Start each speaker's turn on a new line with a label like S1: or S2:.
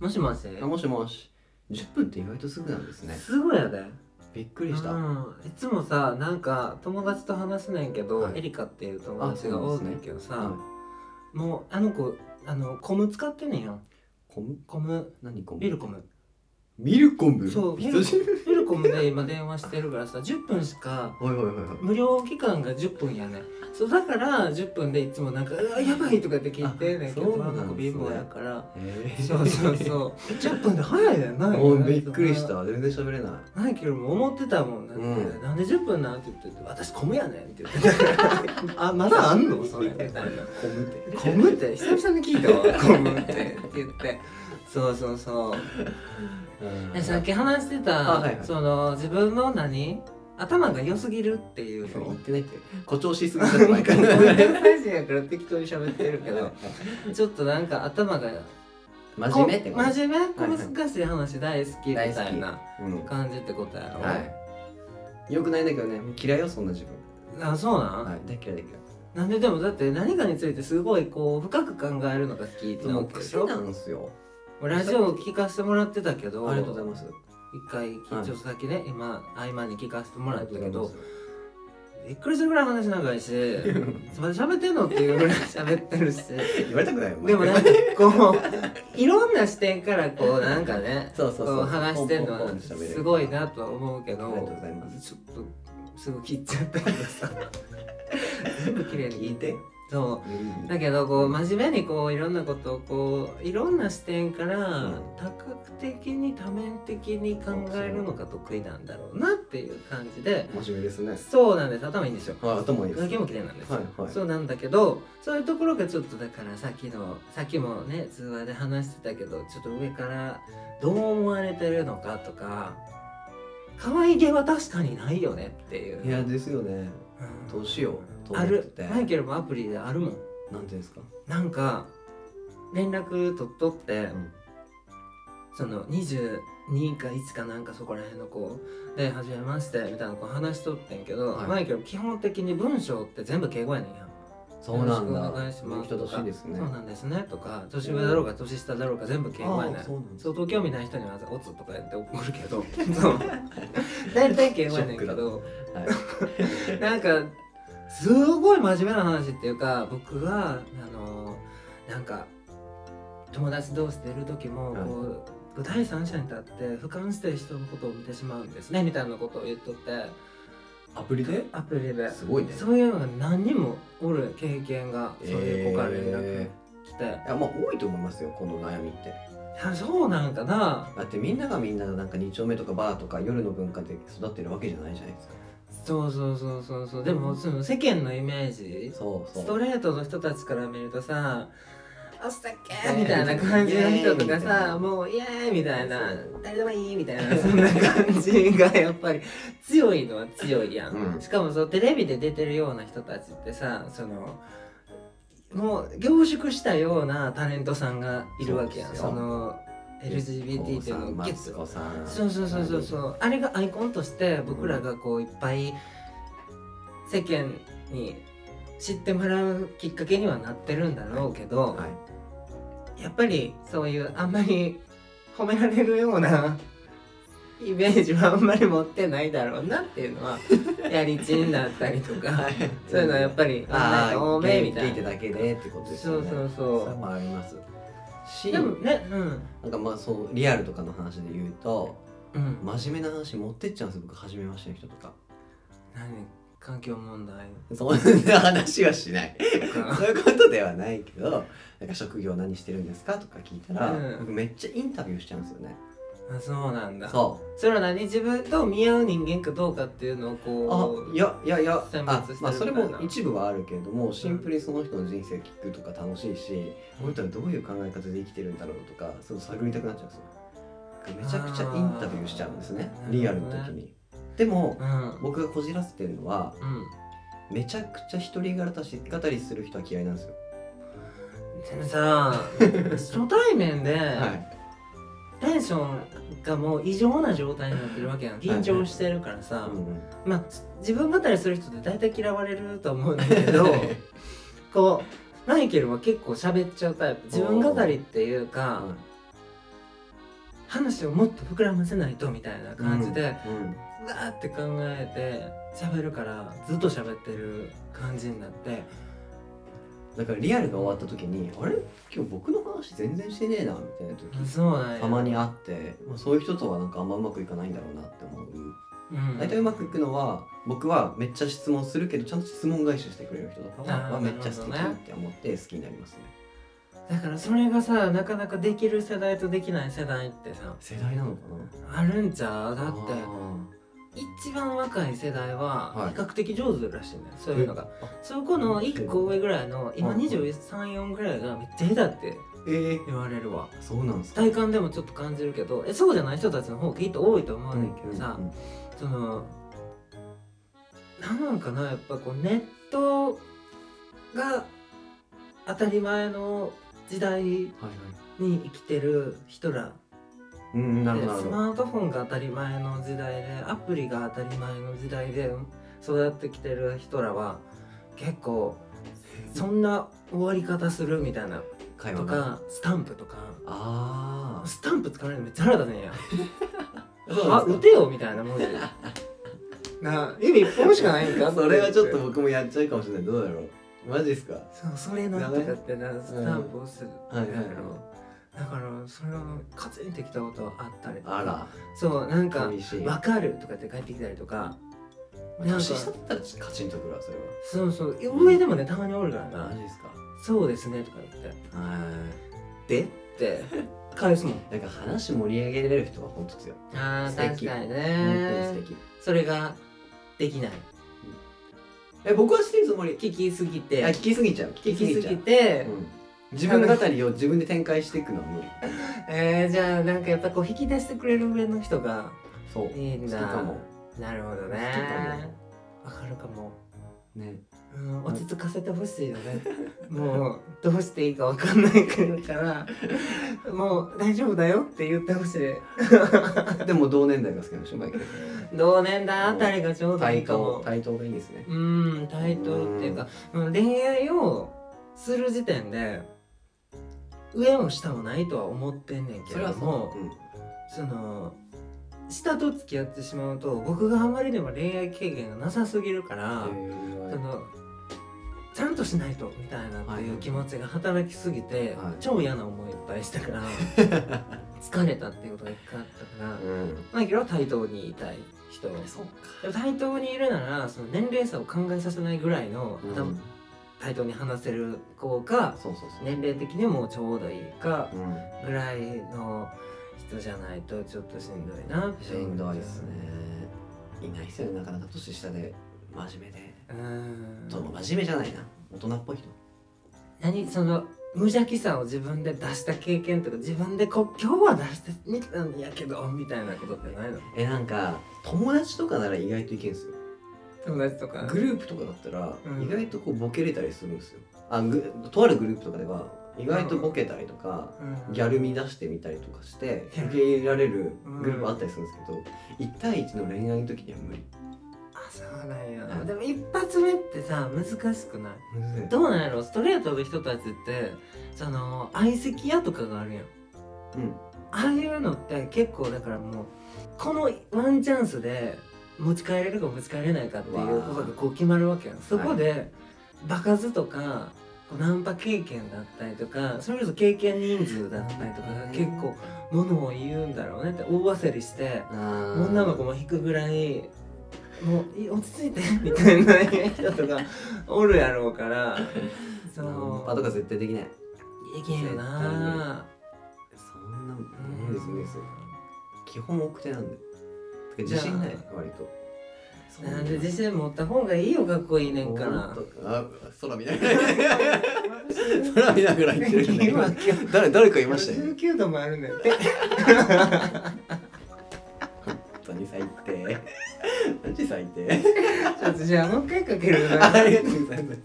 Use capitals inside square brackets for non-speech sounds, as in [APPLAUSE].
S1: もしもし
S2: あもしもし10分って意外とすぐなんですね
S1: すごいやで
S2: びっくりした、
S1: うん、いつもさなんか友達と話せないけど、
S2: はい
S1: エリカっていう友達が
S2: あ
S1: 多
S2: そう
S1: い
S2: なん
S1: だ
S2: んですね
S1: けどさ、
S2: はい
S1: もうあの子あのコム使ってんねんよ
S2: コム
S1: コム
S2: 何コム
S1: ビルコム
S2: ミルコム
S1: そうビル
S2: 羊
S1: ビルコムで今電話してるからさ10分しか
S2: [LAUGHS] はいはいはいはい
S1: 無料期間が10分やねんそうだから10分でいつもなんか「うわやばい」とかって聞いてんねんけ
S2: あそ
S1: ど
S2: うなん
S1: あ
S2: ですね
S1: の子貧乏や
S2: [LAUGHS]
S1: から
S2: えー
S1: そうそうそう10分で [LAUGHS] 早いだよ
S2: [LAUGHS]
S1: な
S2: もうびっくりした全然喋れない
S1: ないけども思ってたもんなんか、
S2: うん
S1: なんで10分なんって言ってて私コムやねんって言ってたあまだあんのそれみたいな
S2: コムって
S1: コムって久々に聞いたわコムってって言ってそうそうそう
S2: うん
S1: えさっき話して
S2: あ
S1: た、
S2: はいはい
S1: その自分の何頭が良すぎるっていうの
S2: 言
S1: を
S2: ってないって誇張しすぎじ
S1: [LAUGHS]
S2: ゃないか
S1: 大事やから適当に喋ってるけどちょっとなんか頭が
S2: 真面目ってこと
S1: 真面目
S2: はいはい
S1: 小難しい話大好きみた
S2: 大
S1: い
S2: 好
S1: な
S2: きうん
S1: 感じってことやろ、
S2: はいよくないんだけどね嫌いよそんな自分
S1: あそうなん、
S2: はい大嫌いだけど
S1: なんででもだって何かについてすごいこう深く考えるのが好きって
S2: もう
S1: わけでしょ
S2: 癖なんすよ
S1: ラジオを聞かせてもらってたけど
S2: ありがとうございます
S1: 一回緊張先ね、今合間に聞かせてもらったけ
S2: ありがとうご [LAUGHS]
S1: ど
S2: ざい
S1: びっくりするぐらい話長い
S2: [LAUGHS]
S1: しいつまで喋ってんのっていうぐらい喋ってるし
S2: ます言われたくないよお前
S1: でもなんかこういろんな視点からこうなんかね
S2: そうそう
S1: こ
S2: そうう
S1: 話してるの
S2: ポンポ
S1: は
S2: ンポンって喋れる
S1: すごいなとは思うけ
S2: ありがとう
S1: ど
S2: ございます
S1: ちょっとすぐ切っちゃったけど
S2: [LAUGHS]
S1: さ全部綺麗に
S2: 聞いて
S1: そうだけどこう真面目にこういろんなことをこういろんな視点から多角的に多面的に考えるのが得意なんだろうなっていう感じで
S2: 面白いですね
S1: そうなんです頭いいんですよ
S2: はい頭いいです
S1: 髪も綺麗なんですよ、
S2: はいはい
S1: そうなんだけどそういうところがちょっとだからさっきのさっきもね通話で話してたけどちょっと上からどう思われてるのかとか可愛げは確かにないよねっていう
S2: いやですよね
S1: うん
S2: どうしようと思
S1: あ
S2: って
S1: る
S2: て
S1: マイケルもアプリであるもん
S2: なんていうんですか
S1: なんか連絡取っとって、
S2: ん
S1: その22か1かなんかそこら辺の子で「初めまして」みたいな子話しとってんけど、
S2: はい
S1: マイケル基本的に文章って全部敬語やねんや。
S2: そうなんだ
S1: よろしくお願いします
S2: 人としいですね
S1: そうなんですねとか年上だろうが年下だろうが全部敬語やね
S2: あ
S1: ん
S2: ーそうなんだ
S1: 相当興味ない人には「おつ」とか言って怒るけど [LAUGHS] そう大体敬語やねんけ
S2: ショックだ
S1: ど。
S2: はい
S1: なんかすごい真面目な話っていうか僕があのなんか友達同士でいる時も
S2: はい
S1: こう、第三者に立って俯瞰して人のことを見てしまうんですねみたいなことを言っとって
S2: アプリで
S1: アプリです
S2: ごいね
S1: そういうのが何人もおる経験がそういう子から連絡
S2: え
S1: 来て、
S2: ーいやまあ多いと思いますよこの悩みって
S1: あそうなんかな
S2: だってみんながみんななんか2丁目とかバーとか夜の文化で育ってるわけじゃないじゃないですか
S1: そうそうそうそうそうでもその世間のイメージ
S2: そうそう
S1: ストレートの人たちから見るとさ「お酒!」みたいな感じの人とか
S2: イエーイみたい
S1: さ「
S2: な
S1: もうイエーイ!」みたいな
S2: そう
S1: 「誰でもいい!」みたいなそんな感じがやっぱり強いのは強いやん、
S2: うん
S1: しかもそうテレビで出てるような人たちってさそのもう凝縮したようなタレントさんがいるわけやん
S2: そ
S1: そう
S2: ですよ
S1: の LGBT っていうのを
S2: マ
S1: ギュ
S2: ツ
S1: ッと
S2: コさん
S1: そうそうそうそうそうあれがアイコンとして僕らがこういっぱい世間に知ってもらうきっかけにはなってるんだろうけど、
S2: はい
S1: やっぱりそういうあんまり褒められるよう [LAUGHS] なイメージはあんまり持ってないだろうなっていう [LAUGHS] のはやりちんだったりとか [LAUGHS] そういうのはやっぱりあん
S2: あ
S1: な
S2: あ
S1: 多めみたい
S2: 聞いて
S1: な。
S2: だけでってことです
S1: そ
S2: よ
S1: う
S2: ね
S1: そう
S2: それ
S1: そ
S2: もありますし
S1: う。でもね、うん、
S2: なんかまあそうリアルとかの話で言うと
S1: うん、
S2: 真面目な話持ってっちゃうんですよ僕初めましての人とか
S1: 何環境問題
S2: そんな話はし [LAUGHS] ない
S1: とか。
S2: そういうことではないけどなんか職業何してるんですかとか聞いたら、
S1: うん
S2: 僕めっちゃインタビューしちゃうんですよね
S1: あそうなんだ。
S2: そ
S1: それは何自分と見合う人間かどうかっていうのを
S2: うあ
S1: こう
S2: いやいやいや
S1: 選別
S2: あ
S1: してるみたいな、
S2: まあ、それも一部はあるけれどもシンプルにその人の人生聞くとか楽しいし、この人はどういう考え方で生きてるんだろうとかそういうの探りたくなっちゃうんですよめちゃくちゃインタビューしちゃうんですね
S1: あー
S2: リアルの
S1: なるほ
S2: 時
S1: ど
S2: に、でも
S1: うん
S2: 僕がこじらせてるのは
S1: うん
S2: めちゃくちゃ独り語りする人は嫌いなんですよ
S1: でも
S2: [LAUGHS]
S1: さ初対面で、
S2: はい
S1: テンションがもう異常な状態になってるわけやん緊張してるからさ、
S2: うん
S1: まあ自分語りする人って大体嫌われると思うんだけ
S2: [LAUGHS]
S1: どこうマイケルは結構喋っちゃうタイプ自分語りっていうか、
S2: うん
S1: 話をもっと膨らませないとみたいな感じで、
S2: うん
S1: うわーって考えて喋るからずっと喋ってる感じになって
S2: だからリアルが終わった時にあれ今日僕の話全然してねえなみたいな時
S1: そうなんや
S2: たまにあって、まあ、そういう人とはなんかあんまうまくいかないんだろうなって思う
S1: うん
S2: 大体うまくいくのは僕はめっちゃ質問するけどちゃんと質問返ししてくれる人とか
S1: あー
S2: はめっちゃ素敵
S1: なるほどね
S2: って思って好きになりますね
S1: だからそれがさなかなかできる世代とできない世代ってさ
S2: 世代なのか
S1: あるんちゃう
S2: な
S1: だっ
S2: あ
S1: て一番若い世代は
S2: はい
S1: 比較的上手らしいね、そ
S2: ー
S1: ういうのがそこの1個上ぐらいの今
S2: うん
S1: 234ぐらいがめっちゃ下手って
S2: ええ
S1: 言われるわ
S2: そうなんですか
S1: 体感でもちょっと感じるけどえそうじゃない人たちの方がきっと多いと思うねんけどさ、
S2: うんうん
S1: そのなんかなやっぱこうネットが当たり前の時代に
S2: はいはい
S1: 生きてる人らって
S2: うんなるほどなる
S1: ス
S2: ほど
S1: マートフォンが当たり前の時代でアプリが当たり前の時代で育ってきてる人らは結構そんな終わり方するみたいな
S2: 会
S1: と
S2: 話が
S1: かスタンプとか
S2: あ
S1: スタンプ使われるのめっちゃ腹立つねんや。
S2: あ
S1: あ打てよみたいな文字な指1本しかないんか
S2: [LAUGHS] それはちょっと僕もやっちゃうかもしれないどうだろうマジですか
S1: そうそれなんとかってなスタンプをする
S2: うんはいはいはい
S1: だからだからそれはカチンってきたことあったりとか
S2: あら
S1: そうなんか
S2: 寂しい
S1: 「わかる」とかって帰ってきたりとかなんか
S2: 年下だったらカチンとくるわそれ
S1: そうそう上でもねたまにおるから
S2: は
S1: な
S2: ですか
S1: 「そうですね」とか言って
S2: は
S1: 「で?」って [LAUGHS] 返すもん
S2: いなんか話盛り上げれる人は本当強い
S1: あ
S2: ー確か
S1: に
S2: 本当に素敵
S1: それができない
S2: え僕はしてるつもり
S1: 聞きすぎ
S2: あ
S1: て
S2: 聞きすぎちゃう聞
S1: 聞きすぎ
S2: う、
S1: て
S2: うん、自分語りを自分で展開していくのに
S1: えー、じゃあなんかやっぱこう引き出してくれる上の人が
S2: そう好
S1: いいん
S2: き
S1: だ
S2: かも
S1: なるほど
S2: 好きか
S1: ねわかるかも、
S2: もね
S1: うん、落ち着かせてほしいよ [LAUGHS] ねもうどうしていいかわかんないからもう大丈夫だよって言ってほしい
S2: [LAUGHS] でも同年代が好きなんでしょマイケル
S1: 同年代あたりがちょうどいい
S2: 対
S1: か
S2: 等
S1: も
S2: 対等がいいですね
S1: うん対等っていうかもう恋愛をする時点で上も下もないとは思ってんねんけ
S2: そ
S1: れ
S2: れは
S1: ども
S2: そう、うん、
S1: その下と付き合ってしまうと僕があまりにも恋愛経験がなさすぎるから、そ
S2: え
S1: のちゃんとしないとみたいなっていう気持ちが働きすぎて、
S2: はい
S1: 超嫌な思いいっぱいしたから
S2: [LAUGHS]
S1: 疲れたっていうことが一回あったから
S2: ー、うん
S1: マイケルは対等にいたい人で
S2: そうか
S1: も対等にいるならその年齢差を考えさせないぐらいの、
S2: うん
S1: 多分対等に話せる子か
S2: そうそうそう、
S1: 年齢的にもちょうどいいか
S2: うん
S1: ぐらいの人じゃないとちょっとしんどいな
S2: しんどいっすねいない人よねなかなか年下で真面目で
S1: うん
S2: その真面目じゃないな大人っぽい人
S1: 何その無邪気さを自分で出した経験とか自分でこ今日は出してみたんやけどみたいなことってないの
S2: えなんか友達とかなら意外といけんすよ
S1: 友達とか
S2: グループとかだったら
S1: うん
S2: 意外とこうボケれたりするんですよあぐとあるグループとかでは意外とボケたりとか
S1: うん
S2: ギャルみ出してみたりとかして
S1: うん
S2: 受け入れられるグループあったりするんですけど1対1の恋愛の時には無理
S1: あそうなんや、でも一発目ってさ難しくない
S2: むずい
S1: どうなんやろストレートの人たちってその相席屋とかがあるやん
S2: うん
S1: ああいうのって結構だからもうこのワンチャンスで持ち帰れるか持ち帰れないかっていうことがこう決まるわけやんそこで場数とかこうナンパ経験だったりとかそれこそ経験人数だったりとかが結構ものを言うんだろうねって大焦りして女
S2: 女
S1: の子も引くぐらいもうい落ち着いてみたいな人と
S2: [LAUGHS]
S1: かおるやろうからその
S2: あとか絶対できない
S1: いけんよな
S2: そんな
S1: う
S2: も
S1: ん
S2: んです無理ですよ基本奥手なんで自信ない
S1: じゃ
S2: 割と
S1: なんで自信持った方がいいよかっこいいねんから
S2: ほんとあ空見ながら空見ながら言ってるけ
S1: [LAUGHS]
S2: ど
S1: 今今日
S2: 誰誰かいましたよね
S1: 19度もあるんだよね
S2: 本当に最低マジ最低
S1: [LAUGHS] ち
S2: [LAUGHS]
S1: ょっとじゃあもう一回かける
S2: あ
S1: な
S2: りがとうございます